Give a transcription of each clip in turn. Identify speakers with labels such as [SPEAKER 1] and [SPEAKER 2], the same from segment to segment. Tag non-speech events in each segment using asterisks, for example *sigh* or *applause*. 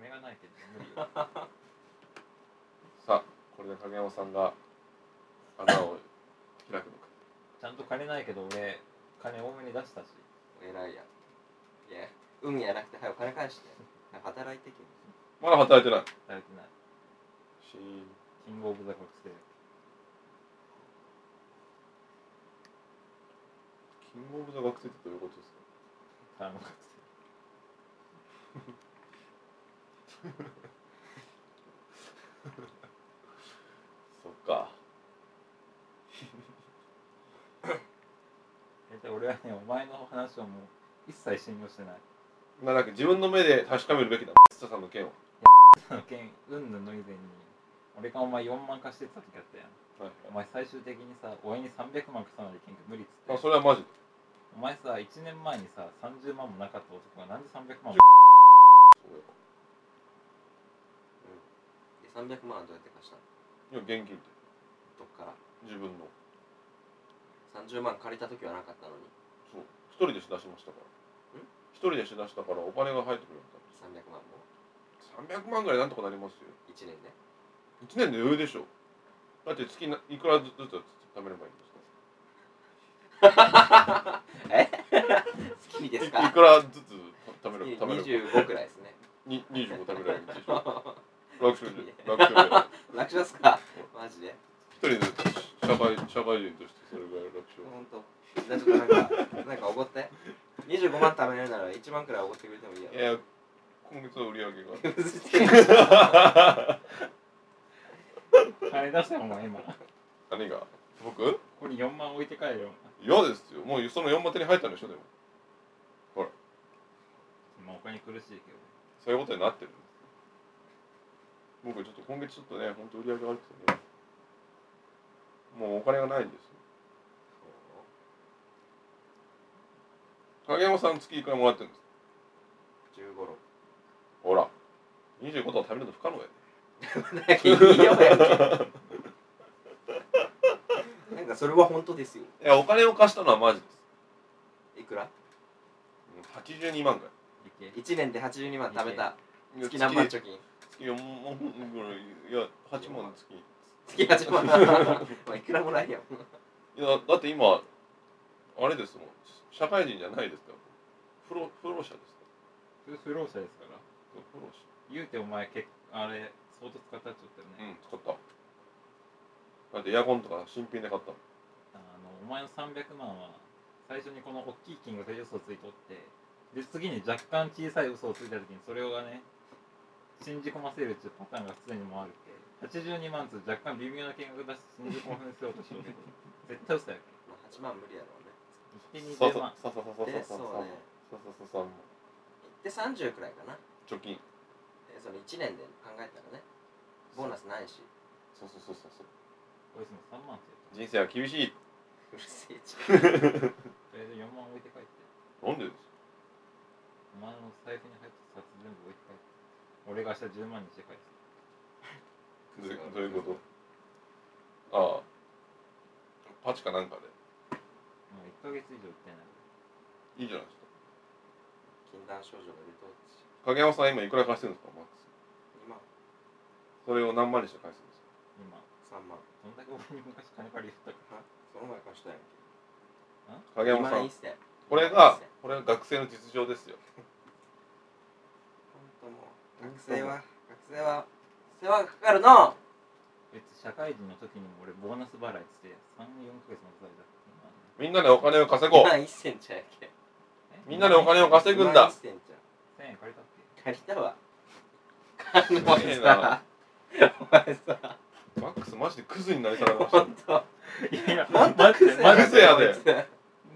[SPEAKER 1] 目がないけど無理よ *laughs*
[SPEAKER 2] さあこれで影山さんが穴を開くのか
[SPEAKER 1] ちゃんと金ないけど俺金多めに出したし
[SPEAKER 3] 偉いやんいや海やなくて早く金返して働いてきて
[SPEAKER 2] まだ働いてない
[SPEAKER 1] 働いてない
[SPEAKER 2] シーン
[SPEAKER 1] キングオブザ学生
[SPEAKER 2] キングオブザ学生ってどういうことですか
[SPEAKER 1] からの学
[SPEAKER 2] そっか
[SPEAKER 1] 生大体俺はねお前の話をもう一切信用してない *laughs*
[SPEAKER 2] まあなんか自分の目で確かめるべきだ松下さんの件を
[SPEAKER 1] その件うんぬんの以前に俺がお前4万貸してってた時あったやん
[SPEAKER 2] はい
[SPEAKER 1] お前最終的にさ親に300万貸さないで結局無理っつって
[SPEAKER 2] あそれはマジで
[SPEAKER 1] お前さ1年前にさ30万もなかった男がなんで300万も
[SPEAKER 2] *laughs* そうよ
[SPEAKER 3] で300万はどうやって貸したの
[SPEAKER 2] いや現金って
[SPEAKER 3] どっから
[SPEAKER 2] 自分の
[SPEAKER 3] 30万借りた時はなかったのに
[SPEAKER 2] そう一人で仕出しましたから
[SPEAKER 3] ん
[SPEAKER 2] 一人で仕出したからお金が入ってくるように
[SPEAKER 3] 300万も
[SPEAKER 2] なった300万ぐらいなんとかなりますよ
[SPEAKER 3] 1年で
[SPEAKER 2] 1年で余裕でしょだって月ないくらずつ貯めればいいんですか
[SPEAKER 3] *laughs* 月にです
[SPEAKER 2] い
[SPEAKER 3] か
[SPEAKER 2] くらずつ貯め
[SPEAKER 3] 月
[SPEAKER 2] る
[SPEAKER 3] に
[SPEAKER 2] 貯める
[SPEAKER 3] 25くらいですね
[SPEAKER 2] に25貯められるでし
[SPEAKER 3] *laughs*
[SPEAKER 2] ょ楽勝
[SPEAKER 3] いい
[SPEAKER 2] で
[SPEAKER 3] ね
[SPEAKER 2] 楽勝で
[SPEAKER 3] 楽勝ですかマジで
[SPEAKER 2] 一人で社会社会人としてそれぐらい楽勝
[SPEAKER 3] 本当。じゃあちょっとなんかなんかおごって25万貯めるなら1万くらいおごってくれてもいいや
[SPEAKER 2] いや今月の売り上げが
[SPEAKER 3] ろ *laughs* うずってる
[SPEAKER 1] 金出したよお前今こ
[SPEAKER 2] 何が僕
[SPEAKER 1] こに4万置いて帰るよ
[SPEAKER 2] 嫌ですよもうその4万手に入ったんでしょでも
[SPEAKER 1] まあお金苦しいけど
[SPEAKER 2] そういうことになってる僕ちょっと今月ちょっとね本当売り上げ悪くてねもうお金がないんですよ影山さん月いくらもらってるんですか
[SPEAKER 3] 15六
[SPEAKER 2] ほら25とは食べるの不可能やね *laughs*
[SPEAKER 3] なんかそれは本当ですよ。
[SPEAKER 2] いやお金を貸したのはマジです
[SPEAKER 3] いくら
[SPEAKER 2] 82万ぐらい
[SPEAKER 1] 理系
[SPEAKER 3] ?1 年で82万貯めた。
[SPEAKER 2] いや
[SPEAKER 3] 月何万貯金
[SPEAKER 2] 月4万ぐらいいや8万月
[SPEAKER 3] 月8万。
[SPEAKER 2] *laughs*
[SPEAKER 3] まあいくらもないやん。
[SPEAKER 2] いやだって今あれですもん社会人じゃないですから不老不老者ですか
[SPEAKER 1] それ不老者ですから
[SPEAKER 2] ら不老者
[SPEAKER 1] 言うてお前けあれ相当使ったっちゃったよ
[SPEAKER 2] う
[SPEAKER 1] ね、
[SPEAKER 2] ん使っただってエアコンとか新品で買ったもん
[SPEAKER 1] あのお前の300万は最初にこの大きい金額で嘘をついとってで次に若干小さい嘘をついた時にそれがね信じ込ませるっていうパターンがすでにもあるって82万つう若干微妙な金額出して信じ込ませようとしようけど
[SPEAKER 2] *laughs*
[SPEAKER 1] 絶対嘘やけ
[SPEAKER 3] まあ8万無理やろ
[SPEAKER 1] 一手
[SPEAKER 2] さ
[SPEAKER 1] 20万
[SPEAKER 2] ささささ
[SPEAKER 3] うね。で、
[SPEAKER 2] さ
[SPEAKER 3] そう
[SPEAKER 2] さ
[SPEAKER 3] ね。
[SPEAKER 2] ささささ
[SPEAKER 3] で、30くらいかな。
[SPEAKER 2] 貯金
[SPEAKER 3] でその1年で考えたらね。ボーナスないし。
[SPEAKER 2] そうそうそうそうそう
[SPEAKER 1] こいつも3万つうや
[SPEAKER 2] 人生は厳しいう
[SPEAKER 3] るせえち *laughs*
[SPEAKER 1] とりあえず4万置いて帰って
[SPEAKER 2] なんでです
[SPEAKER 1] お前の財布に入った札全部置いて帰って俺が明日10万にして帰って
[SPEAKER 2] どういうどういうことああパチかなんか
[SPEAKER 1] もう1ヶ月以上売ってない
[SPEAKER 2] でいいじゃないですか
[SPEAKER 3] 禁断症状が出とうし。
[SPEAKER 2] 影山さん今いくら貸してるんですかマックス
[SPEAKER 3] 今、
[SPEAKER 2] それを何万にして返すんですか
[SPEAKER 1] 今
[SPEAKER 3] 3万。
[SPEAKER 1] どんだけ俺に昔金借りてたか
[SPEAKER 3] あその前貸したやんけ。
[SPEAKER 2] 影山さ
[SPEAKER 3] 今
[SPEAKER 2] ん
[SPEAKER 3] 一銭。
[SPEAKER 2] これがこれが学生の実情ですよ
[SPEAKER 3] 本当もう。学生は、学生は、世話がかかるの
[SPEAKER 1] 別に社会人の時にも俺ボーナス払いって34ヶ月の歳だった
[SPEAKER 2] みんなでお金を稼ごう
[SPEAKER 3] 今一銭ちゃうやんけ。
[SPEAKER 2] みんなでお金を稼ぐんだ
[SPEAKER 3] 1000円じ
[SPEAKER 1] 1000円借りたっけ
[SPEAKER 3] ゃん借り
[SPEAKER 2] *laughs*
[SPEAKER 3] たわお前
[SPEAKER 2] すげえな
[SPEAKER 3] さお前さ
[SPEAKER 2] マックスマジでクズになりされまし
[SPEAKER 3] *laughs*
[SPEAKER 2] た
[SPEAKER 3] 本当
[SPEAKER 1] いやいや
[SPEAKER 3] 本当クズ
[SPEAKER 2] マジでやで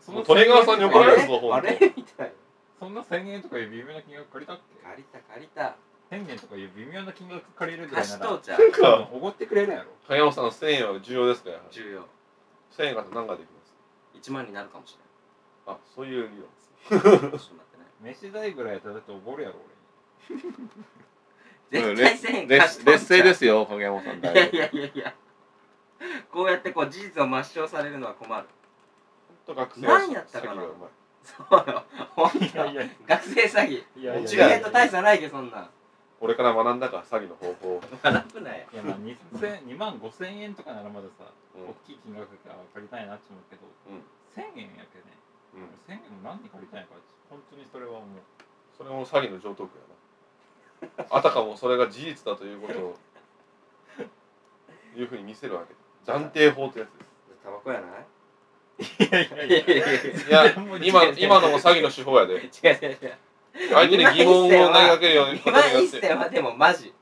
[SPEAKER 1] そ
[SPEAKER 2] トレガーさんに怒られるぞ
[SPEAKER 3] あ
[SPEAKER 2] 本
[SPEAKER 3] れあれみたい
[SPEAKER 1] そんな1000円とかいう微妙な金額借りたっ
[SPEAKER 3] な借りた借りた
[SPEAKER 1] け1000円とかいう微妙な金額借りるぐらいな
[SPEAKER 3] 貸し
[SPEAKER 1] ら
[SPEAKER 3] とうちゃん
[SPEAKER 2] 当
[SPEAKER 1] おごってくれるやろ
[SPEAKER 2] 影山さん1000円は重要ですね
[SPEAKER 3] 重要
[SPEAKER 2] 1000円が何ができます
[SPEAKER 3] 1万になるかもし
[SPEAKER 2] あそういう理
[SPEAKER 3] れないちょっと待ってね
[SPEAKER 1] 飯代ぐらいやったらだっておごるやろ
[SPEAKER 2] 由
[SPEAKER 3] 絶対1000円貸しとう
[SPEAKER 2] 劣勢ですすよ影山さん
[SPEAKER 3] い
[SPEAKER 2] 大
[SPEAKER 3] *laughs* やい
[SPEAKER 2] 丈
[SPEAKER 3] やいやいやこうやってこう事実を抹消されるのは困る
[SPEAKER 2] 夫学生は
[SPEAKER 3] 何やったかな
[SPEAKER 2] 詐欺がうまい
[SPEAKER 3] そうよ本
[SPEAKER 1] 俺に
[SPEAKER 3] 当学生詐欺
[SPEAKER 1] いやいやいや
[SPEAKER 2] 違う
[SPEAKER 3] 10円と大差ないけどそんなん
[SPEAKER 2] 俺から学んだか詐欺の方法、
[SPEAKER 3] 学ぶなよ
[SPEAKER 1] いやまあ2000 2万5千円とかならまださ、
[SPEAKER 2] うん
[SPEAKER 1] 大きい金額が借りたいなって思うけど、
[SPEAKER 2] うん
[SPEAKER 1] 1000円やけね
[SPEAKER 2] う
[SPEAKER 1] 1000
[SPEAKER 2] ん、
[SPEAKER 1] 円も何に借りたいのか本当にそれはもう
[SPEAKER 2] それも詐欺の上等句
[SPEAKER 3] *laughs*
[SPEAKER 2] やなあたかもそれが事実だということをいうふうに見せるわけ暫定法ってやつで
[SPEAKER 3] タバコやない
[SPEAKER 1] いやいやいや
[SPEAKER 2] すいや
[SPEAKER 1] *laughs* もう
[SPEAKER 2] 今
[SPEAKER 1] 違う違う
[SPEAKER 2] 今のも詐欺の手法
[SPEAKER 1] *laughs*
[SPEAKER 2] やで
[SPEAKER 3] 違う違う違う
[SPEAKER 2] 相手に疑問を投げかけるように
[SPEAKER 3] 2万1000はでもマジ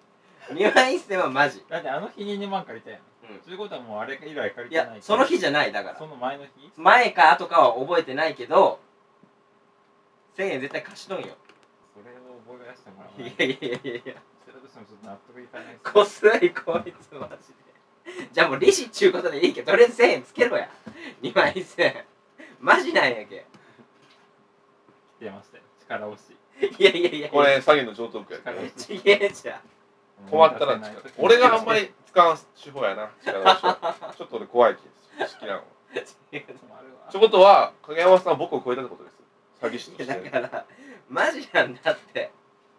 [SPEAKER 3] 2万1000はマジ
[SPEAKER 1] だってあの日に2万借りたやん
[SPEAKER 3] うん
[SPEAKER 1] ということはもうあれ以来借り
[SPEAKER 3] い
[SPEAKER 1] てないから
[SPEAKER 3] やその日じゃないだから
[SPEAKER 1] その前の日
[SPEAKER 3] 前か後かは覚えてないけど1000円絶対貸しとんよ
[SPEAKER 1] それを覚え出してもらわ
[SPEAKER 3] い
[SPEAKER 1] な
[SPEAKER 3] や
[SPEAKER 1] い
[SPEAKER 3] いやいやいや
[SPEAKER 1] それとしてもちょっと納得いかないです
[SPEAKER 3] こすいこいつマジでじゃあもう利子っちゅうことでいいけどとりあえず1000円つけろや2万1000円マジなんやけ
[SPEAKER 1] 来てましたよ力押し
[SPEAKER 3] いやいやいや
[SPEAKER 2] *laughs* これ詐欺の上等句や
[SPEAKER 1] 力
[SPEAKER 2] で
[SPEAKER 1] 押し
[SPEAKER 3] ちげえじゃん *laughs*
[SPEAKER 2] 困ったら力俺があんまり使わん手法やな力の手法ちょっと俺怖い気好きなの
[SPEAKER 1] 困るわ
[SPEAKER 2] ちょことは影山さんは僕を超えたってことです詐欺師と
[SPEAKER 3] い
[SPEAKER 2] し
[SPEAKER 3] や
[SPEAKER 2] て
[SPEAKER 3] だからマジなんだって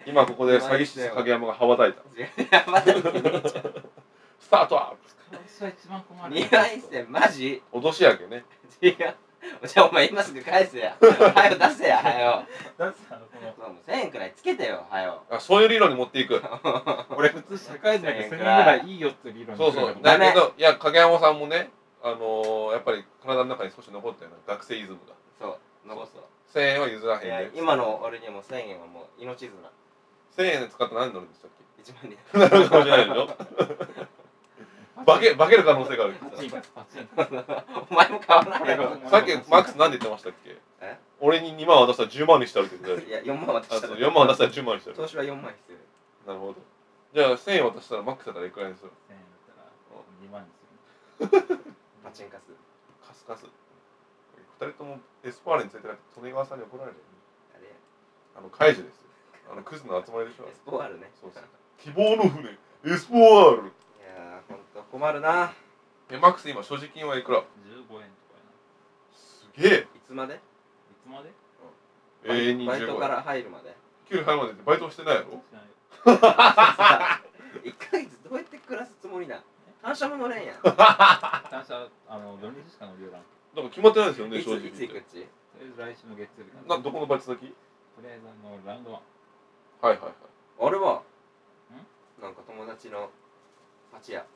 [SPEAKER 2] 今ここで詐欺師と影山が羽ばたいた *laughs*
[SPEAKER 3] いやまだ2万 *laughs*
[SPEAKER 2] スタートアッ
[SPEAKER 1] 力押しは一番困る
[SPEAKER 3] 1000円マジ
[SPEAKER 2] プ脅しやけね
[SPEAKER 3] *laughs* 違うじゃあお前今すぐ返
[SPEAKER 2] *laughs*
[SPEAKER 3] せやはよ出せやはよ
[SPEAKER 1] だってさその
[SPEAKER 3] もう1000円くらいつけてよはよ
[SPEAKER 2] あそういう理論に持っていく
[SPEAKER 1] 俺普通社会人だけ1000円ぐらいいいよっていう理論に
[SPEAKER 2] そう
[SPEAKER 1] する
[SPEAKER 2] そう
[SPEAKER 1] から
[SPEAKER 2] だけどいや影山さんもねあのーやっぱり体の中に少し残ったような学生イズムが
[SPEAKER 3] *laughs* そう残すわ
[SPEAKER 2] 1000円は譲らへん
[SPEAKER 3] いや
[SPEAKER 2] で
[SPEAKER 3] 今の俺にはもう1000円はもう命綱
[SPEAKER 2] 1000円使って何に乗るんでしたっ
[SPEAKER 3] 1万円
[SPEAKER 2] けなるかもしれないでしょ化け化ける可能性がある
[SPEAKER 1] パチンパチン
[SPEAKER 3] *laughs* お前も買わないやろ
[SPEAKER 2] さっきマックス何で言ってましたっけ
[SPEAKER 3] え
[SPEAKER 2] 俺に2万渡したら10万にしてあるって言ってた
[SPEAKER 3] い
[SPEAKER 2] よ
[SPEAKER 3] や4万渡
[SPEAKER 2] あ
[SPEAKER 3] した
[SPEAKER 2] そう4万渡したら10万にしてある
[SPEAKER 3] 投資は4万必要
[SPEAKER 2] なるほどじゃあ1000円渡したらマックスだったらいくらにする
[SPEAKER 1] 1000円だったら2万にす
[SPEAKER 3] パチンカス
[SPEAKER 2] カスカス2人ともエスパーレについてなくて利根川さんに怒られるよ
[SPEAKER 3] あれ
[SPEAKER 2] あの怪獣ですよあのクズの集まりでしょ
[SPEAKER 3] エスポールね
[SPEAKER 2] そうそう希望の船エスポワール
[SPEAKER 3] いやーほんと困るな
[SPEAKER 2] えマックス今所持金はいくら
[SPEAKER 1] る15円とかやな
[SPEAKER 2] すげえ
[SPEAKER 3] いつまで
[SPEAKER 1] いつまで
[SPEAKER 2] 永遠に
[SPEAKER 3] バイトか
[SPEAKER 2] 15円
[SPEAKER 3] ら入る
[SPEAKER 2] *laughs*
[SPEAKER 3] まで
[SPEAKER 2] 給料入るまでってバイトしてないやろ
[SPEAKER 1] しないよ
[SPEAKER 3] 1ヶ月どうやって暮らすつもりなん単車も乗れんやん
[SPEAKER 1] 単車あの土日しか乗りよらん
[SPEAKER 2] なんか決まってないですよね
[SPEAKER 3] いつ
[SPEAKER 2] 正直
[SPEAKER 3] いつ行くっち
[SPEAKER 1] とりあえず来週の月曜日か
[SPEAKER 2] な
[SPEAKER 1] ら
[SPEAKER 2] どこのバイト先
[SPEAKER 1] とりあえずあのラウンドワン
[SPEAKER 2] はいはいはい
[SPEAKER 3] 俺はなんか友達のパチ屋
[SPEAKER 1] あっ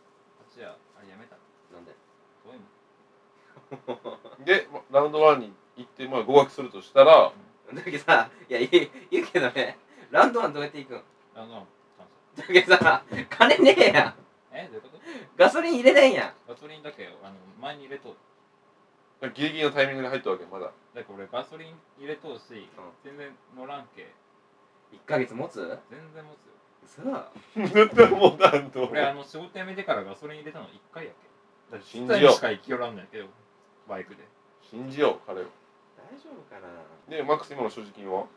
[SPEAKER 1] ちやあれやめた
[SPEAKER 3] なんで *laughs*
[SPEAKER 1] 遠いもん
[SPEAKER 2] でまラウンドワンに行って、まあ、語学するとしたら
[SPEAKER 3] だけどさいやいい言うけどねラウンドワンどうやって行くん
[SPEAKER 1] ラウンドワン単車
[SPEAKER 3] だけどさ金ねえやん
[SPEAKER 1] えどういうこと
[SPEAKER 3] ガソリン入れれんやん
[SPEAKER 1] ガソリンだけよあの前に入れとう
[SPEAKER 2] ギリギリのタイミングで入ったわけま
[SPEAKER 3] *laughs*
[SPEAKER 2] だ
[SPEAKER 1] だから俺ガソリン入れとうし、全然乗らんけ
[SPEAKER 3] 1ヶ月持つ
[SPEAKER 1] 全然持つよ
[SPEAKER 3] そう
[SPEAKER 2] 絶対もうなんと
[SPEAKER 1] 俺あの仕事辞めてからガソリン入れたの1回やけだって
[SPEAKER 2] 信
[SPEAKER 1] 信
[SPEAKER 2] じ
[SPEAKER 1] じ
[SPEAKER 2] よう
[SPEAKER 1] よしか行きよらんのやけどバイクで
[SPEAKER 2] 信じよう彼を
[SPEAKER 3] 大丈夫かな
[SPEAKER 2] でマックス今の所持金は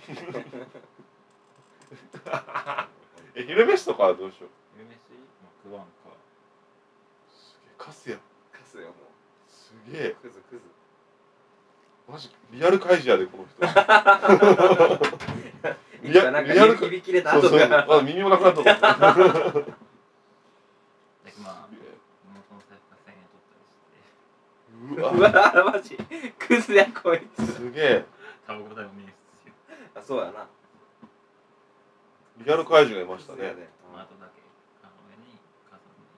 [SPEAKER 1] 10円
[SPEAKER 2] え昼飯とかはどうしよう
[SPEAKER 1] 昼飯、まあ、食わんか
[SPEAKER 2] すげえカスやん
[SPEAKER 3] カスよも
[SPEAKER 2] すげえ
[SPEAKER 3] うクズ
[SPEAKER 2] *laughs*
[SPEAKER 3] クズ
[SPEAKER 2] マジリアル怪獣やでこの
[SPEAKER 3] *laughs*
[SPEAKER 2] 人
[SPEAKER 3] いやなんか
[SPEAKER 2] リアル
[SPEAKER 3] 響き切れた
[SPEAKER 2] そう
[SPEAKER 3] 後
[SPEAKER 2] そう
[SPEAKER 3] が
[SPEAKER 2] あ耳もなくなったと思った
[SPEAKER 3] *laughs*
[SPEAKER 1] でまあ地元の財布が1000円取ったりして
[SPEAKER 2] う
[SPEAKER 3] *laughs* う
[SPEAKER 2] わ
[SPEAKER 3] わマジクズやこいつ
[SPEAKER 2] *laughs* すげえ
[SPEAKER 1] タバコ代も捻出しよう
[SPEAKER 3] あそうやな
[SPEAKER 2] リアル怪獣がいました
[SPEAKER 3] クズや
[SPEAKER 2] ね
[SPEAKER 3] で
[SPEAKER 1] まああとだけ母親に母さんに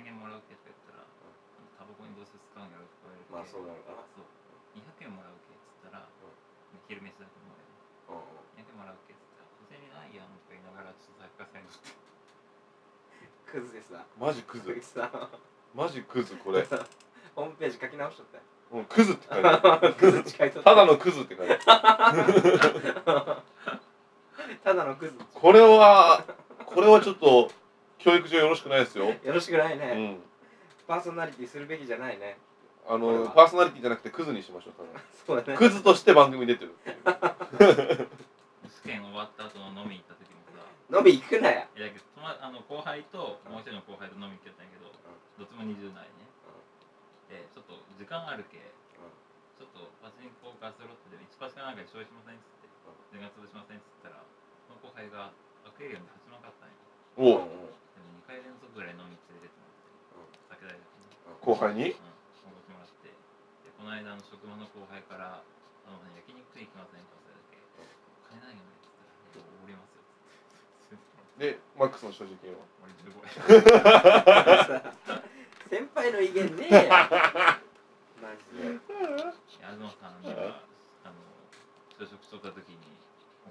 [SPEAKER 1] あの1000円もらうけとか言ったらあのタバコにどうせ使うんやろとか言われるけ
[SPEAKER 3] まあそうなるかな
[SPEAKER 1] そう200円もらうけっつったら、昼飯だと思うよ
[SPEAKER 3] うん
[SPEAKER 1] 200円もらうけっつったら小銭ないやんとか言いながらちょっと財布が1000円取って
[SPEAKER 3] クズですわ
[SPEAKER 2] マジク
[SPEAKER 3] ク
[SPEAKER 2] ズ
[SPEAKER 3] ズさ
[SPEAKER 2] マジクズこれ、
[SPEAKER 3] *laughs* ホームページ書き直しとったよ
[SPEAKER 2] うん、クズって
[SPEAKER 3] *laughs*
[SPEAKER 2] 書いてある
[SPEAKER 3] クズ近いと
[SPEAKER 2] ただのクズって書いてある
[SPEAKER 3] *laughs* ただのクズ
[SPEAKER 2] これはこれはちょっと教育上よろしくないですよ、
[SPEAKER 3] よろしくないう
[SPEAKER 2] ん、
[SPEAKER 3] ねパーソナリティするべきじゃないね
[SPEAKER 2] あ
[SPEAKER 3] これ
[SPEAKER 2] の
[SPEAKER 3] は
[SPEAKER 2] パーソナリティじゃなくてクズにしましょうただ
[SPEAKER 3] そう *laughs* だね
[SPEAKER 2] クズとして番組出てる
[SPEAKER 1] 試験終わった後の飲みに行った時もさ
[SPEAKER 3] 飲み行くな
[SPEAKER 1] い
[SPEAKER 3] や
[SPEAKER 1] やだけど友達あの後輩ともう一人の後輩と飲み行ってたんやけど、どっちも20代ね、でちょっと時間あるけちょっとパチンコガスロットで1パチかなんかに消費しませんっつって時間潰しませんっつったらの後輩がアクエリアムで始まかったんやで
[SPEAKER 4] お
[SPEAKER 3] う
[SPEAKER 4] お
[SPEAKER 1] も
[SPEAKER 3] ん
[SPEAKER 1] 2回連続ぐらい飲み連れてってもらって酒代だけに
[SPEAKER 4] 後輩に
[SPEAKER 1] うんおごってもらってでこの間の職場の後輩から「あのね焼肉食い行きませんか?」それだけ「金ないよね」って言ったら「いやおごりますよ」って言って
[SPEAKER 2] *laughs*
[SPEAKER 4] でマックスの所持金は
[SPEAKER 1] 俺15円
[SPEAKER 3] *laughs* 先輩の威厳
[SPEAKER 2] *laughs*
[SPEAKER 3] ねえよマジで
[SPEAKER 1] 東さんにはあの朝食取った時に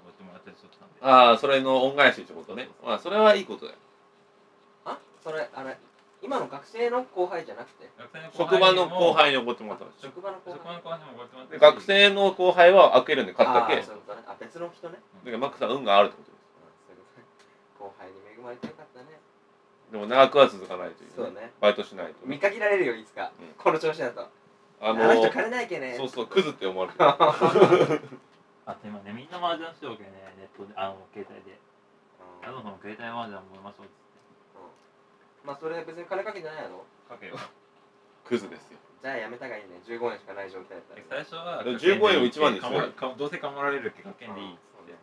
[SPEAKER 1] おごってもらったりしとったんで
[SPEAKER 2] ああ、それの恩返しってことね。まあ、それはいいことだよ。
[SPEAKER 3] あそれあれ今の学生の後輩じゃなくて
[SPEAKER 1] 学生
[SPEAKER 2] 職場の
[SPEAKER 1] に
[SPEAKER 2] 後
[SPEAKER 1] も
[SPEAKER 2] 輩に怒ってもらったわけでしょ
[SPEAKER 3] 職場の後
[SPEAKER 1] 職場
[SPEAKER 3] 輩
[SPEAKER 1] の後輩にもおごってもらって
[SPEAKER 2] で
[SPEAKER 1] るし
[SPEAKER 2] 学生の後輩はアクエルンで買った
[SPEAKER 3] あ
[SPEAKER 2] っ
[SPEAKER 3] あ
[SPEAKER 2] け。
[SPEAKER 3] ー
[SPEAKER 2] だ
[SPEAKER 3] そういうことねあ別の人ね
[SPEAKER 2] からマックスは運があるってことで
[SPEAKER 3] うんそういうことね後輩に恵まれてよかったね
[SPEAKER 2] す。でも長くは続かないという,、
[SPEAKER 3] そうね
[SPEAKER 2] バイトしないと、
[SPEAKER 3] 見限られるよいつか、
[SPEAKER 2] うん
[SPEAKER 3] この調子だと
[SPEAKER 2] あ
[SPEAKER 3] あ
[SPEAKER 2] の
[SPEAKER 3] の人金ないけね
[SPEAKER 2] そうそう、クズって思われて
[SPEAKER 3] *laughs*
[SPEAKER 2] る。
[SPEAKER 1] あと今ねみんな麻雀しようけどねネットであの携帯で
[SPEAKER 3] うん
[SPEAKER 1] あのの携帯麻雀覚えましょうっつっ
[SPEAKER 3] まあそれ別に金かけてないやろ
[SPEAKER 1] てかけよう
[SPEAKER 2] クズですよ。
[SPEAKER 3] じゃあやめたがいいね15円しかない状態だったらね
[SPEAKER 1] 最初は
[SPEAKER 2] でも15円を一番にする
[SPEAKER 1] かもかもどうせかもられるって賭けんでいいっつ
[SPEAKER 3] そう
[SPEAKER 1] って
[SPEAKER 3] ね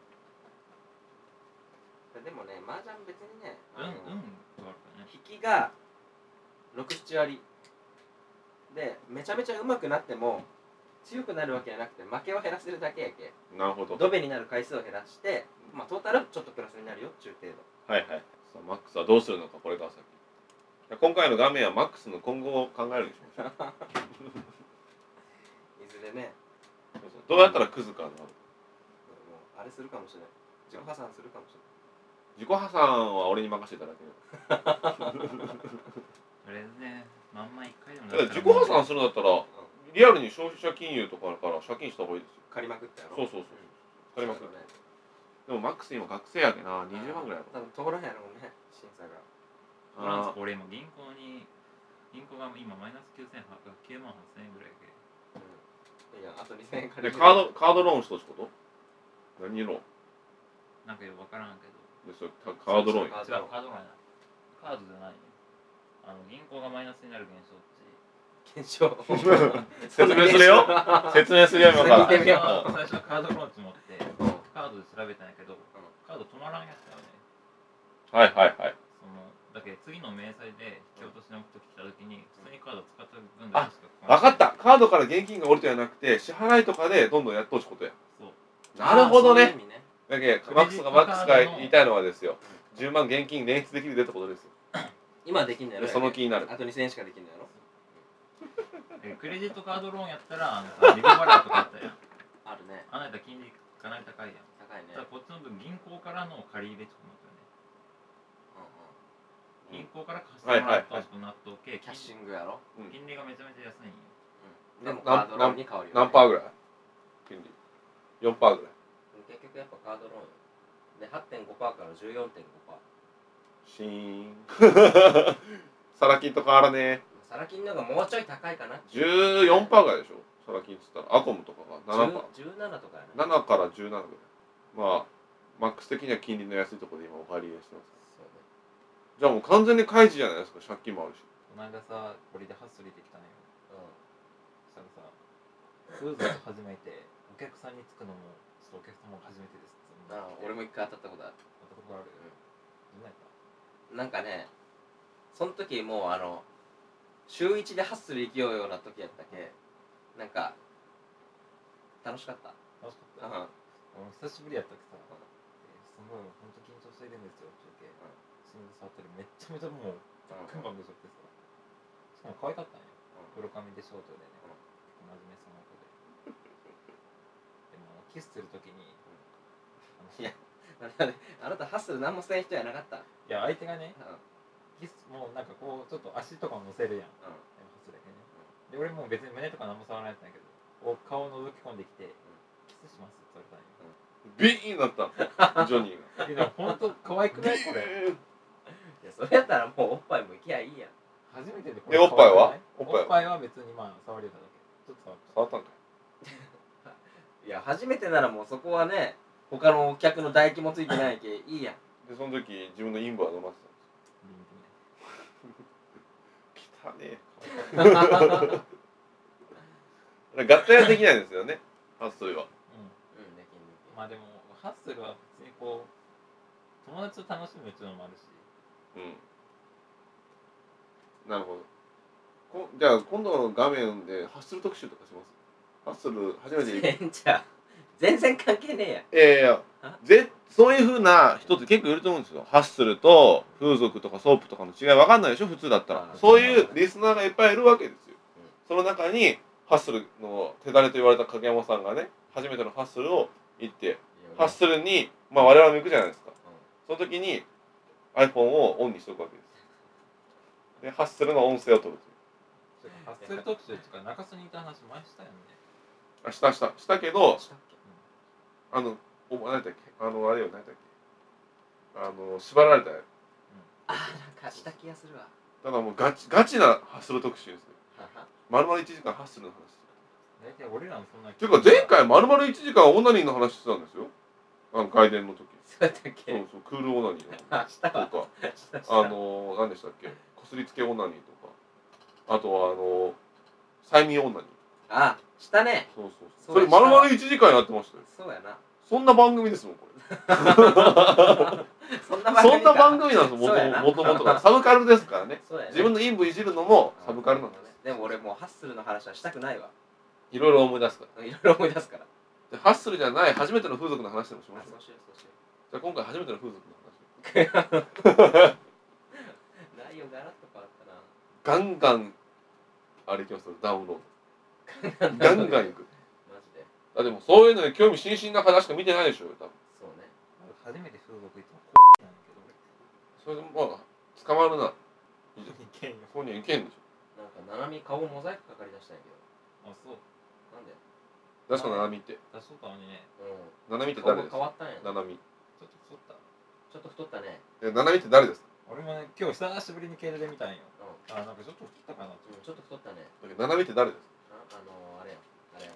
[SPEAKER 3] でもね麻雀別にね、
[SPEAKER 1] うん
[SPEAKER 3] あ
[SPEAKER 1] うん
[SPEAKER 3] の
[SPEAKER 1] とかあるからね
[SPEAKER 3] 引きが67割でめちゃめちゃ上手くなっても強くなるわけじゃなくて負けを減らせるだけやけ
[SPEAKER 2] なるほど。
[SPEAKER 3] ドベになる回数を減らして、まあ、トータルちょっとプラスになるよっちゅう程度
[SPEAKER 2] はいはい。さあマックスはどうするのか、これから先。いや今回の画面はマックスの今後を考えるでしょう。
[SPEAKER 3] いずれね
[SPEAKER 2] そうそうどうやったらクズかなる。
[SPEAKER 3] もうあれするかもしれない自己破産するかもし
[SPEAKER 2] 自
[SPEAKER 3] れない
[SPEAKER 2] 己破産は俺に任せていただければ。
[SPEAKER 1] とりあえずねまんま一回でも
[SPEAKER 2] だから自己破
[SPEAKER 1] 産
[SPEAKER 2] 産するんだったら、リアルに消費者金融とかから借金した方がいいですよ。
[SPEAKER 3] 借りまくったやろ
[SPEAKER 2] そうそうそう借りまくる
[SPEAKER 3] そうだね
[SPEAKER 2] でもマックス今学生やけな、20万ぐらいやろ。
[SPEAKER 3] 多分通らんやろうね審査が
[SPEAKER 2] あ
[SPEAKER 1] 俺今銀行に銀行が今マイナス9800 9万8000円ぐらいで
[SPEAKER 3] うんいやあと2000
[SPEAKER 2] ー
[SPEAKER 3] 円
[SPEAKER 2] で
[SPEAKER 3] 借りる
[SPEAKER 2] カードカードローンしとしこと何ローン
[SPEAKER 1] なんかよくわからんけど
[SPEAKER 2] でそれカカードローンや
[SPEAKER 3] カード
[SPEAKER 1] 違う
[SPEAKER 3] ローン
[SPEAKER 1] カードがないカードじゃないよあの銀行がマイナスになる現象って
[SPEAKER 3] 検証
[SPEAKER 2] *laughs* 説明する
[SPEAKER 3] *laughs*
[SPEAKER 2] よ
[SPEAKER 3] う
[SPEAKER 2] 説明するよ今か
[SPEAKER 3] 見て
[SPEAKER 1] 最
[SPEAKER 2] ら
[SPEAKER 3] みよ
[SPEAKER 1] 初は最初はカードローンチ持って
[SPEAKER 3] ん
[SPEAKER 1] カードで調べたんやけどカード止まらんやったよね
[SPEAKER 2] はいはいはい
[SPEAKER 1] そのだけど次の明細で引き落としのとき来たときに普通にカード使った分
[SPEAKER 2] あ
[SPEAKER 1] だけしか来ない
[SPEAKER 2] 分かったカードから現金が降りてじゃなくて支払いとかでどんどんやっとうしことや
[SPEAKER 1] そう
[SPEAKER 2] なるほど
[SPEAKER 3] あー
[SPEAKER 2] ね
[SPEAKER 3] そういう意味ね
[SPEAKER 2] だけ
[SPEAKER 1] クレジット
[SPEAKER 2] マックスがマックス
[SPEAKER 1] カード
[SPEAKER 2] が
[SPEAKER 1] の
[SPEAKER 2] 言いたいのはですよ10万現金捻出できるでってことですよ
[SPEAKER 3] 今できんのやろ
[SPEAKER 2] でその気になる
[SPEAKER 3] あと2000円しかできんのやろ
[SPEAKER 1] えクレジットカードローンやったらあのさリボ払いとかあったやん
[SPEAKER 3] あるね
[SPEAKER 1] あなた金利かなり高いやん
[SPEAKER 3] 高いね
[SPEAKER 1] ただこっちの分銀行からの借り入れとかもあ
[SPEAKER 3] うん
[SPEAKER 1] るよね銀行から貸してもらったとなっとけ
[SPEAKER 3] うんキャッシ
[SPEAKER 1] 金
[SPEAKER 3] ングやろ
[SPEAKER 1] 金利がめちゃめちゃ安いんよ
[SPEAKER 3] うんでもカ
[SPEAKER 2] な
[SPEAKER 3] ードローンに変わるよね
[SPEAKER 2] 何パーぐらい金利4パーぐらい
[SPEAKER 3] 結局やっぱカードローンよで8.5%から14.5%
[SPEAKER 2] シーンサラ金と変わらねえ
[SPEAKER 3] サラ金の方がもうちょい高いかな
[SPEAKER 2] 14%ぐらいでしょサラ金っつったらアコムとかが7%
[SPEAKER 3] 10 17とかやな
[SPEAKER 2] 7から17ぐらいまあマックス的には金利の安いところで今お借り入れしてます
[SPEAKER 3] そうね
[SPEAKER 2] じゃあもう完全に開示じゃないですか借金もあるし
[SPEAKER 1] この間さこれでハッスル行ってきたのよそ
[SPEAKER 3] うん
[SPEAKER 1] したらさフーズを始めてお客さんにつくのもちょっとお客様も初めてですって言
[SPEAKER 3] あ俺も一回当たったことあ
[SPEAKER 1] っ
[SPEAKER 3] る
[SPEAKER 1] たことあるどんなやった
[SPEAKER 3] なんかねその時もうあの週一でハッスル生きようような時やったけなんか楽しかった
[SPEAKER 1] 楽しかった
[SPEAKER 3] う
[SPEAKER 1] 俺
[SPEAKER 3] ん *laughs*
[SPEAKER 1] も久しぶりやったけどさえすごい本当緊張してるんですよ中継心臓触ったりめっちゃめちゃもうクンバンでしょってさしかも可愛かったんよ黒髪でショートでね、
[SPEAKER 3] うん
[SPEAKER 1] 真面目そうな子
[SPEAKER 3] *laughs*
[SPEAKER 1] ででもあのキスするときに、あの
[SPEAKER 3] いやあれあなたハッスル何もせん人やなかったうん
[SPEAKER 1] いや相手がね
[SPEAKER 3] う
[SPEAKER 1] キ
[SPEAKER 3] ん
[SPEAKER 1] スもうなんかこうちょっと足とかも乗せるやんでもそれだけねで俺もう別に胸とか何も触らないんだけどお顔を覗き込んできて、キスしますって言われたんよ
[SPEAKER 2] ビーンなったのジョ *laughs* ニーが
[SPEAKER 1] えでも本当可愛くないこれ
[SPEAKER 2] ビーン
[SPEAKER 3] いやそれやったらもうおっぱいも行きゃいいやん
[SPEAKER 1] 初めてでこ
[SPEAKER 2] で
[SPEAKER 1] れ
[SPEAKER 2] おっぱいは
[SPEAKER 1] 可愛く
[SPEAKER 2] おっ
[SPEAKER 1] ない
[SPEAKER 2] ぱいは
[SPEAKER 1] おっぱいは別にまあ触れただけちょっと触った
[SPEAKER 2] 触ったんか
[SPEAKER 3] いや初めてならもうそこはね他のお客の唾液もついてない *laughs* けいいやん
[SPEAKER 2] いでその時自分の陰部は飲ませ
[SPEAKER 1] ビンビンで
[SPEAKER 2] たんです *laughs* 汚ねえ合体はできないんですよねハッスルは
[SPEAKER 1] うん
[SPEAKER 3] うんできんできん
[SPEAKER 1] まあでもハッスルは別にこう友達と楽しむっていうのもあるし
[SPEAKER 2] うん。なるほど。こじゃあ今度の画面でハッスル特集とかします。ハッスル初めて行
[SPEAKER 3] *laughs*
[SPEAKER 2] く。
[SPEAKER 3] 全然全然関係ねえや
[SPEAKER 2] え
[SPEAKER 3] あ
[SPEAKER 2] えぜそういうふうな人って結構いると思うんですよ。ハッスルと風俗とかソープとかの違い分かんないでしょ普通だったら
[SPEAKER 3] あ。
[SPEAKER 2] そういうリスナーがいっぱいいるわけですよ
[SPEAKER 3] うん。
[SPEAKER 2] その中にハッスルの手だれと言われた影山さんがね初めてのハッスルを行ってハッスルに、まあ、我々も行くじゃないですか、その時に iPhone をオンにしておくわけですでハッスルの音声を取る
[SPEAKER 1] ハッスル特集とか中洲にいた話前したよね
[SPEAKER 2] あしたしたしたけど
[SPEAKER 3] したっけ
[SPEAKER 2] あのお何だっけあのあれよ何だっけあの縛られたよ
[SPEAKER 3] あーなんかした気がするわ
[SPEAKER 2] ただもうガチガチなハッスル特集ですね
[SPEAKER 3] はは
[SPEAKER 2] 丸々1時間ハッスルの話
[SPEAKER 1] 大体俺らもそんな
[SPEAKER 2] っていうか前回丸々1時間オナニーの話してたんですよあの外伝の時
[SPEAKER 3] そうだっ
[SPEAKER 2] そう
[SPEAKER 3] け
[SPEAKER 2] そうクールオナニーの
[SPEAKER 3] *laughs* あしたわ
[SPEAKER 2] とか
[SPEAKER 3] したした
[SPEAKER 2] あのー、何でしたっけこすりつけオナニーとかあとはあのー、催眠オナニー
[SPEAKER 3] あしたね
[SPEAKER 2] そうそうそ
[SPEAKER 3] そ
[SPEAKER 2] ううそれ
[SPEAKER 3] でした
[SPEAKER 2] 丸々1時間やってましたよ
[SPEAKER 3] そうやな
[SPEAKER 2] そんな番組ですもん
[SPEAKER 3] *laughs*
[SPEAKER 2] これ
[SPEAKER 3] そんな
[SPEAKER 2] そんな番組なんです
[SPEAKER 3] そうやな
[SPEAKER 2] もともとがサブカルですからね
[SPEAKER 3] そうやね
[SPEAKER 2] 自分の陰部いじるのもサブカルなんです
[SPEAKER 3] でも俺もうハッスルの話はしたくないわ
[SPEAKER 2] いろいろ思い出すから
[SPEAKER 3] いろいろ思い出すから
[SPEAKER 2] でハッスルじゃない初めての風俗の話でもしま
[SPEAKER 3] あ
[SPEAKER 2] しょう
[SPEAKER 3] そうしようそうしよ
[SPEAKER 2] じゃあ今回初めての風俗の話
[SPEAKER 3] う内容ガラッと変わったな
[SPEAKER 2] ガンガンあれいきますよダウンロードガンガンい *laughs* く
[SPEAKER 3] マジで
[SPEAKER 2] あでもそういうのに興味津々な方しか見てないでしょ多分
[SPEAKER 3] そうね
[SPEAKER 1] 初めて風俗行ったのこうなんだ
[SPEAKER 2] *laughs* それでもまあ捕まるな
[SPEAKER 1] けど俺いけんよ
[SPEAKER 2] ここにはいけんでし
[SPEAKER 3] なんかななみ顔モザイクかかりだしたんやけど
[SPEAKER 1] あそう
[SPEAKER 3] なんで
[SPEAKER 2] ょ確かナナミって
[SPEAKER 1] 出しとったのにね
[SPEAKER 3] う
[SPEAKER 2] ナナミって
[SPEAKER 3] ん顔
[SPEAKER 2] 誰
[SPEAKER 3] が
[SPEAKER 2] です
[SPEAKER 3] 変わったんや
[SPEAKER 2] ナナミ
[SPEAKER 1] ちょっと太った
[SPEAKER 3] ちょっと太ったね
[SPEAKER 2] えナナミって誰ですか
[SPEAKER 1] 俺もね今日久しぶりに携帯で見たんよ
[SPEAKER 3] うんう
[SPEAKER 1] あなんかちょっと太ったかなと
[SPEAKER 3] んちょっと太ったね
[SPEAKER 2] だけどナナミって誰ですか
[SPEAKER 3] なあのー、あれやあれあれ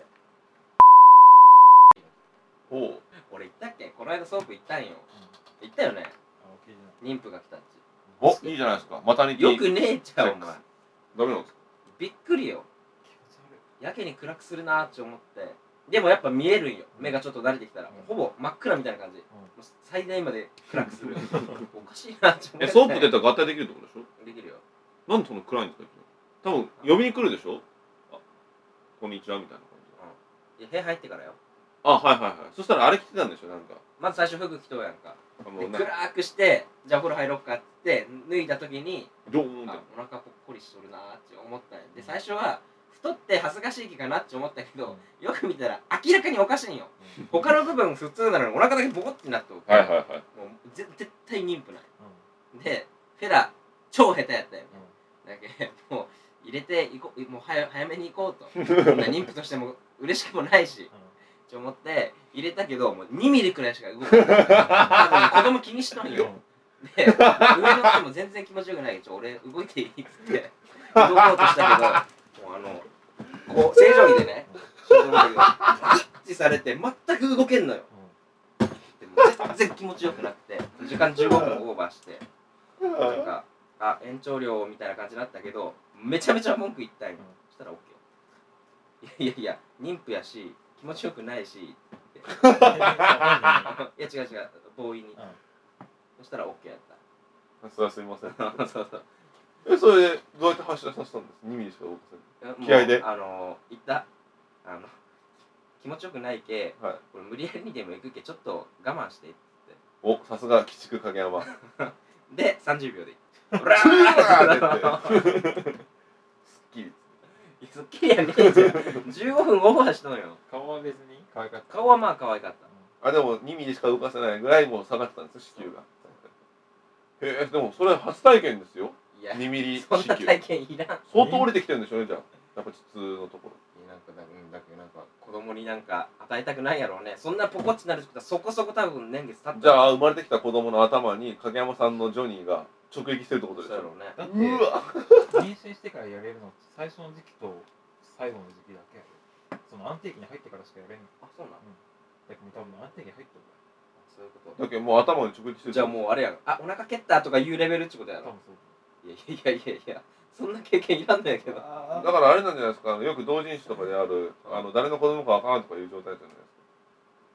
[SPEAKER 2] おお
[SPEAKER 3] 俺行ったっけこの間ソープ行ったんよ行ったよね
[SPEAKER 1] あ聞いてない
[SPEAKER 3] 妊婦が来たっ
[SPEAKER 2] おいいじゃないですかマタニ
[SPEAKER 3] ちよくねえじゃんお前
[SPEAKER 2] ダメなんですか
[SPEAKER 3] びっくりよ
[SPEAKER 1] 気持ち悪い
[SPEAKER 3] やけに暗くするなーって思ってでもやっぱ見えるんよ目がちょっと慣れてきたら、
[SPEAKER 1] うん
[SPEAKER 3] もうほぼ真っ暗みたいな感じ、もう最大まで暗くするおかしいなって思って
[SPEAKER 2] えソープ出たら合体できるってことでし
[SPEAKER 3] できるよ
[SPEAKER 2] ょなんでそんな暗いんですか多分呼びに来るでしょあこんにちはみたいな感じ
[SPEAKER 3] いや部屋入ってからよ
[SPEAKER 2] あはいはいはいそしたらあれ着てたんでしょなんか
[SPEAKER 3] まず最初服着とうやんか
[SPEAKER 2] あの
[SPEAKER 3] で
[SPEAKER 2] なんか
[SPEAKER 3] 暗くしてじゃあお風呂入ろっかって脱いだ時に
[SPEAKER 2] ドーンって
[SPEAKER 3] あお腹ぽっこりしとるなーって思ったんやで最初は太って恥ずかしい気かなって思ったけど、よく見たら明らかにおかしいんよ
[SPEAKER 1] うん
[SPEAKER 3] 他の部分普通なのにお腹だけボコってなっとう
[SPEAKER 2] はいはいはい
[SPEAKER 3] もうぜ絶対妊婦なんよ
[SPEAKER 1] うん
[SPEAKER 3] でフェラ超下手やったよね
[SPEAKER 1] うん
[SPEAKER 3] だけどもう入れていこもう早早めに行こうとこんな妊婦としても嬉しくもないしと思って入れたけどもう2ミリくらいしか動かない多分子供気にしとんよで上の人も全然気持ちよくないけど俺動いていいっつって動こうとしたけどもうあのこう正常位でね正常位で一致されて全く動けんのよでも全然気持ちよくなくて時間15分オーバーしてなんかあ延長料みたいな感じだったけどめちゃめちゃ文句言ったんよ、そしたら OK いやいやいや妊婦やし気持ちよくないしいや違う違うボーイに、そしたら OK やった
[SPEAKER 2] それはすいません
[SPEAKER 3] そうそう
[SPEAKER 2] えそれでどうやって発射させたんです2ミリしか動かせない
[SPEAKER 3] もう
[SPEAKER 2] 気合で
[SPEAKER 3] あの言ったあの気持ちよくないけ、
[SPEAKER 2] はい
[SPEAKER 3] これ無理やりにでも行くけちょっと我慢して
[SPEAKER 2] おさすが鬼畜影山
[SPEAKER 3] で30秒で行
[SPEAKER 2] *laughs*
[SPEAKER 3] った
[SPEAKER 2] うわー
[SPEAKER 3] ら
[SPEAKER 2] って言ってすっきり
[SPEAKER 3] すっきりやねえじゃん15分オーバーしたのよ
[SPEAKER 1] 顔は別に可愛かった
[SPEAKER 3] 顔はまあ可愛かった
[SPEAKER 2] あでも2ミリしか動かせないぐらいもう下がってたんですよ子宮がへえでもそれ初体験ですよ
[SPEAKER 3] いや
[SPEAKER 2] 2ミリ子
[SPEAKER 3] そんな
[SPEAKER 2] 宮
[SPEAKER 3] 体験いらんいや
[SPEAKER 2] 相当降りてきてるんでしょうねじゃあやっぱ普通のとこ
[SPEAKER 3] なんかだ,、うん、だけどなんか子供になんか与えたくないやろうねそんなポコッチになるってことはそこそこ多分年月経っ
[SPEAKER 2] ろ
[SPEAKER 3] た
[SPEAKER 2] じゃあ生まれてきた子供の頭に影山さんのジョニーが直撃してるってこと
[SPEAKER 3] そ
[SPEAKER 2] でし
[SPEAKER 3] うだ
[SPEAKER 2] ょ
[SPEAKER 3] ろうね
[SPEAKER 1] だって
[SPEAKER 2] うわ
[SPEAKER 1] 妊娠してからやれるのって最初の時期と最後の時期だけやでその安定期に入ってからしかやれんの
[SPEAKER 3] あそうなん
[SPEAKER 1] だけど多分安定期入ってる
[SPEAKER 3] そういうこ
[SPEAKER 2] だけどもう頭に直撃して
[SPEAKER 3] と
[SPEAKER 2] る
[SPEAKER 3] じゃあもうあれやろあお腹蹴ったとかいうレベルってことや
[SPEAKER 1] 多
[SPEAKER 3] ろ
[SPEAKER 1] 分そう
[SPEAKER 3] いやいやいやいやそんな経験いらんのやけど
[SPEAKER 2] だ
[SPEAKER 1] あ
[SPEAKER 2] からあれなんじゃないですかあのよく同人誌とかであるあの誰の子供かわからんとかいう状態じゃないですか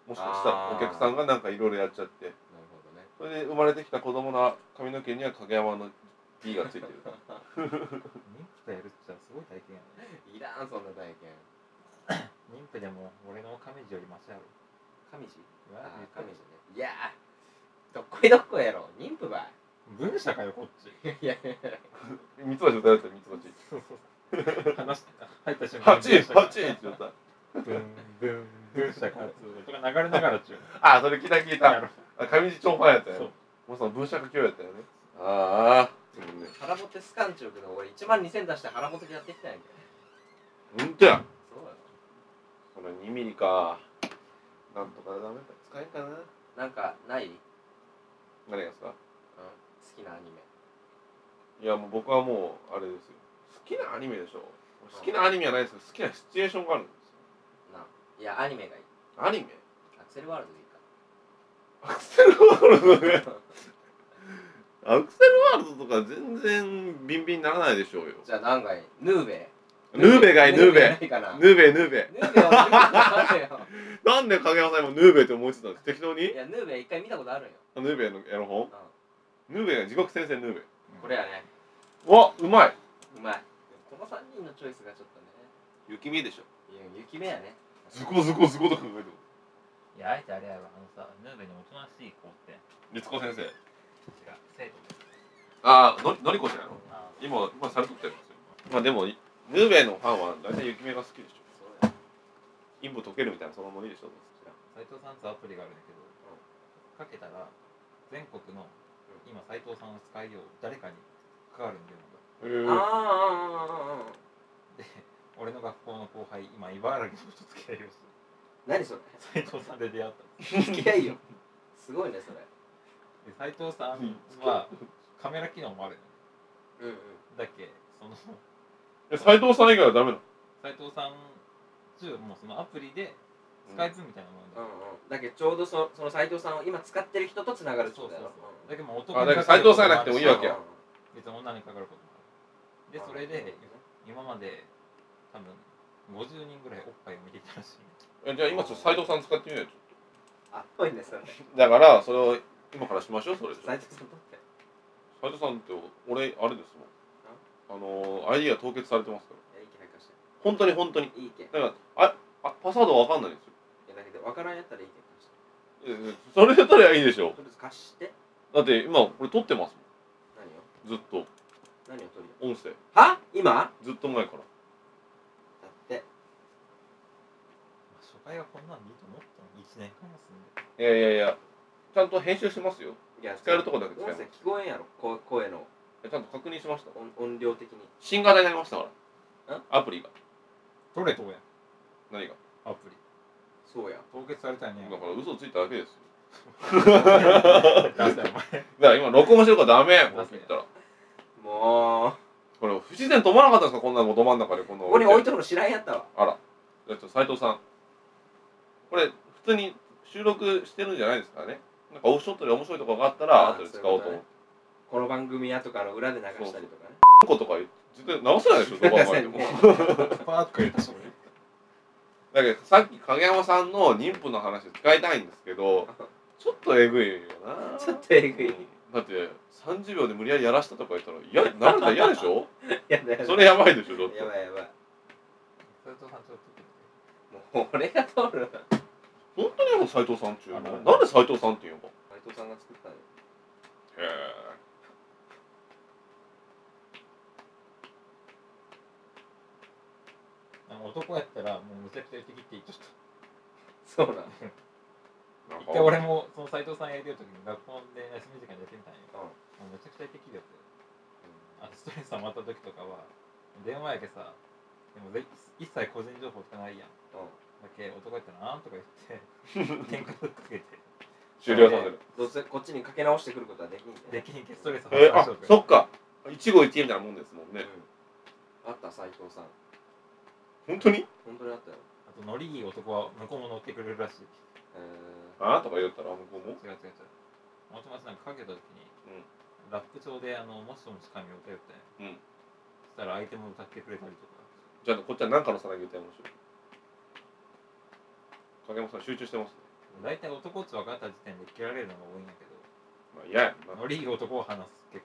[SPEAKER 2] もしかしたら
[SPEAKER 3] あー
[SPEAKER 2] お客さんがなんかいろいろやっちゃって
[SPEAKER 3] なるほどね。
[SPEAKER 2] それで生まれてきた子供の髪の毛には影山の D がつい *laughs* てる
[SPEAKER 1] 妊婦とやるっちゃすごい体験やね
[SPEAKER 3] いらんそんな体験
[SPEAKER 1] 妊婦でも俺の亀地よりマシやろ
[SPEAKER 3] 神地
[SPEAKER 1] マ
[SPEAKER 3] あ
[SPEAKER 1] ジ
[SPEAKER 3] 神地
[SPEAKER 1] 亀
[SPEAKER 3] ねいやーどっこいどっこいやろ妊婦ば
[SPEAKER 1] 地文社かよこっち
[SPEAKER 3] いいやいやいや
[SPEAKER 2] 三つ葉状態だったよ三つ葉
[SPEAKER 1] そうそう話した入った瞬間
[SPEAKER 2] *laughs* 八位八位状態
[SPEAKER 1] ブンブンブン社かっつう音が流れながらっちゅう
[SPEAKER 2] あそれ聞いた聞いた
[SPEAKER 1] やろ
[SPEAKER 2] あ上地超ファンやったよ
[SPEAKER 1] そう
[SPEAKER 2] ねもうその文社科教養やったよねああでもね
[SPEAKER 3] 腹持ってスカンチョーけど俺1万2000出して腹持ってやってきたんやけど
[SPEAKER 2] ほんとや
[SPEAKER 3] そうだよ
[SPEAKER 2] この2ミリかなんとかダメだ使えんかな
[SPEAKER 3] なんかない、うん、好
[SPEAKER 2] 何がですか
[SPEAKER 3] きなアニメ
[SPEAKER 2] いやもう僕はもうあれですよ好きなアニメでしょ好きなアニメはないですけど好きなシチュエーションがあるんです
[SPEAKER 3] ないやアニメがいい
[SPEAKER 2] よアニメ
[SPEAKER 3] アクセルワールドでいい
[SPEAKER 2] ア
[SPEAKER 3] か
[SPEAKER 2] クセルワールドねアクセルワールドとか全然ビンビンにならないでしょうよ
[SPEAKER 3] じゃあ何がいいヌーベ
[SPEAKER 2] ヌーベがいいヌーベ
[SPEAKER 3] いかな
[SPEAKER 2] ヌーベヌーベ
[SPEAKER 3] ヌーベは見たことある
[SPEAKER 2] なんで影山さん今ヌーベって思いついたんです適当
[SPEAKER 3] よ
[SPEAKER 2] に
[SPEAKER 3] いやヌーベ一回見たことあるんよ、
[SPEAKER 2] あヌーベのエロ本
[SPEAKER 3] う
[SPEAKER 2] ヌーベが地獄先生ヌーベ
[SPEAKER 3] ん、これやね
[SPEAKER 2] わうまいう
[SPEAKER 3] まいこの3人のチョイスがちょっとね
[SPEAKER 2] 雪見でしょ
[SPEAKER 3] いや雪目やね
[SPEAKER 2] ズコズコズコと考えても
[SPEAKER 1] いやあえてあれやろあのさヌーベにおとなしい子って違う
[SPEAKER 2] 律子先生
[SPEAKER 1] 生徒です
[SPEAKER 2] ああののりこちゃんやろ
[SPEAKER 1] あ
[SPEAKER 2] 今今されとったやつよまあでもヌーベイのファンは大体雪目が好きでしょ
[SPEAKER 3] そうだよ
[SPEAKER 2] 陰部溶けるみたいなそのノリでしょ
[SPEAKER 1] 斉藤さんとアプリがあるんだけど、かけたら全国の今斉藤さんを使いよう誰かに関わるんだよ
[SPEAKER 2] へ
[SPEAKER 3] あー
[SPEAKER 2] えあ
[SPEAKER 3] あーあーあーあー
[SPEAKER 1] 俺の学校の後輩今茨城の人付き合いをしてる
[SPEAKER 3] 何そ
[SPEAKER 1] 斉
[SPEAKER 3] れ
[SPEAKER 1] 藤さんで出会った
[SPEAKER 3] 付き合いよすごいねそれ
[SPEAKER 1] で斉藤さんはカメラ機能もあるの
[SPEAKER 3] うんうん
[SPEAKER 1] だっけその *laughs*
[SPEAKER 2] 斎藤さん以外はダメなの
[SPEAKER 1] 斉藤さん中もうそのアプリでスカイプみたいなもん
[SPEAKER 3] う
[SPEAKER 1] だ
[SPEAKER 3] ん
[SPEAKER 1] よ、
[SPEAKER 3] うん、だけどちょうどそその斎藤さんを今使ってる人とつながるって
[SPEAKER 1] そ
[SPEAKER 3] こ
[SPEAKER 1] うそ
[SPEAKER 3] と
[SPEAKER 1] う
[SPEAKER 3] だろ
[SPEAKER 1] そうだけどもう男
[SPEAKER 2] あだから
[SPEAKER 1] かかる
[SPEAKER 2] 斉藤さんじゃなくてもいいわけや
[SPEAKER 3] うん
[SPEAKER 1] 別に女にかかることもあるでそれで今まで多分50人ぐらいおっぱいを見てきたらしい
[SPEAKER 2] えじゃあ今ちょっと斎藤さん使ってみようよ
[SPEAKER 3] あっぽいねそれ
[SPEAKER 2] だからそれを今からしましょうそれで
[SPEAKER 3] 斎藤さんとって
[SPEAKER 2] 斎藤さんって俺あれですもんあのー ID が凍結されてますから
[SPEAKER 3] いやいい気配かして
[SPEAKER 2] 本当に本当に
[SPEAKER 3] いいけい
[SPEAKER 2] だからああパスワードわかんないんですよ
[SPEAKER 3] やだけど分からんやったらいいけ貸して
[SPEAKER 2] いやいやそれやったらいいでしょ
[SPEAKER 3] とりあえず貸して
[SPEAKER 2] だって今これ撮ってます
[SPEAKER 3] 何を
[SPEAKER 2] もんずっと
[SPEAKER 3] 何を取るよ
[SPEAKER 2] 音声
[SPEAKER 3] は今
[SPEAKER 2] ずっと前から
[SPEAKER 3] だって
[SPEAKER 1] まあ初回はこんなんでいいと思ったのに1年間も住んで
[SPEAKER 2] いやいやいやちゃんと編集しますよ
[SPEAKER 3] いや
[SPEAKER 2] 使えるとこだけ使えま
[SPEAKER 3] 音
[SPEAKER 2] す
[SPEAKER 3] 声聞こえんやろこう声の
[SPEAKER 2] ちゃんと確認しました
[SPEAKER 3] 音音量的に
[SPEAKER 2] 新型になりましたから
[SPEAKER 3] ん
[SPEAKER 2] アプリが
[SPEAKER 1] どれどうや
[SPEAKER 2] 何が
[SPEAKER 1] アプリ
[SPEAKER 3] そうや
[SPEAKER 1] 凍結されたよね
[SPEAKER 2] だから嘘ついただけ *laughs* ですよ
[SPEAKER 1] 出せお前
[SPEAKER 2] *laughs* だから今録音してるからダメこう言ったら
[SPEAKER 3] も
[SPEAKER 2] これ不自然と思わなかったんですかこんなのど真ん中でこんなの
[SPEAKER 3] うここに置い
[SPEAKER 2] て
[SPEAKER 3] とるの知らんやったわ
[SPEAKER 2] あらじゃあちょっと斉藤さんこれ普通に収録してるんじゃないですからねなんかオフショットで面白いとこがあったら
[SPEAKER 3] あー
[SPEAKER 2] 後で使おうと
[SPEAKER 3] そう
[SPEAKER 2] 思
[SPEAKER 3] いうことね
[SPEAKER 2] う
[SPEAKER 3] この番組やとかの裏で流したりとかね
[SPEAKER 2] こことか絶対直せないでしょどこ考えても
[SPEAKER 3] *laughs*
[SPEAKER 1] パーッと言った *laughs* し俺
[SPEAKER 2] だけどさっき影山さんの妊婦の話使いたいんですけどちょっとえぐいよな
[SPEAKER 3] ちょっとえぐい
[SPEAKER 2] だって30秒で無理やりやらしたとか言ったら嫌なるんだ嫌でし
[SPEAKER 3] *laughs*
[SPEAKER 2] ょ
[SPEAKER 3] やだやだ
[SPEAKER 2] それやばいでしょちょっと
[SPEAKER 3] やばいやばい
[SPEAKER 1] 斉藤さんちょっと聞いて
[SPEAKER 3] もう俺が撮る
[SPEAKER 2] 本当にもう斎藤さん中
[SPEAKER 1] あの
[SPEAKER 2] なんで斎藤さんっていうのか
[SPEAKER 3] 斉藤さんが作ったの
[SPEAKER 2] へえ
[SPEAKER 1] あの男やったらもうむちゃくちゃ言ってきって言っちゃった
[SPEAKER 3] そうなの
[SPEAKER 2] なん
[SPEAKER 1] 一回俺もその斉藤さんやりよる時に学校で休み時間でやってみたんよもうめちゃくちゃ言ってきるよってあのストレス溜まった時とかは電話やけさでもぜ一切個人情報とかないやんだけ男やったらなんとか言
[SPEAKER 2] *laughs*
[SPEAKER 1] って喧嘩ぶっかけて
[SPEAKER 2] *laughs* 終了させる
[SPEAKER 3] どうせこっちにかけ直してくることはできんじゃん
[SPEAKER 1] できんけストレス発
[SPEAKER 2] え
[SPEAKER 1] 散し
[SPEAKER 2] あ
[SPEAKER 1] とく
[SPEAKER 2] そっか一期一会みたいなもんですもんね
[SPEAKER 3] うんあった斉藤さん
[SPEAKER 2] 本当に
[SPEAKER 3] 本当にあったよ
[SPEAKER 1] あとノリいい男は向こうも乗ってくれるらしい
[SPEAKER 3] え
[SPEAKER 2] あとか言ったら向こうも
[SPEAKER 1] 違う違う違う元町なんかかけた時に、
[SPEAKER 2] うん
[SPEAKER 1] ラップ調であの「もしもし神」を歌うって、
[SPEAKER 2] うん
[SPEAKER 1] そしたら相手も歌ってくれたりとか
[SPEAKER 2] じゃあこっちは何かのさなぎ歌いましょう影山さん集中してますね
[SPEAKER 1] 大体男っち分かった時点で切られるのが多いんやけど
[SPEAKER 2] 嫌やんな
[SPEAKER 1] 悪い男を話す結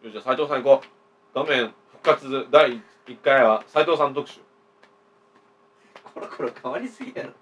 [SPEAKER 1] 構
[SPEAKER 2] よしじゃあ斉藤さん行こう画面復活第1回は斉藤さん特集
[SPEAKER 3] コロコロ変わりすぎやろ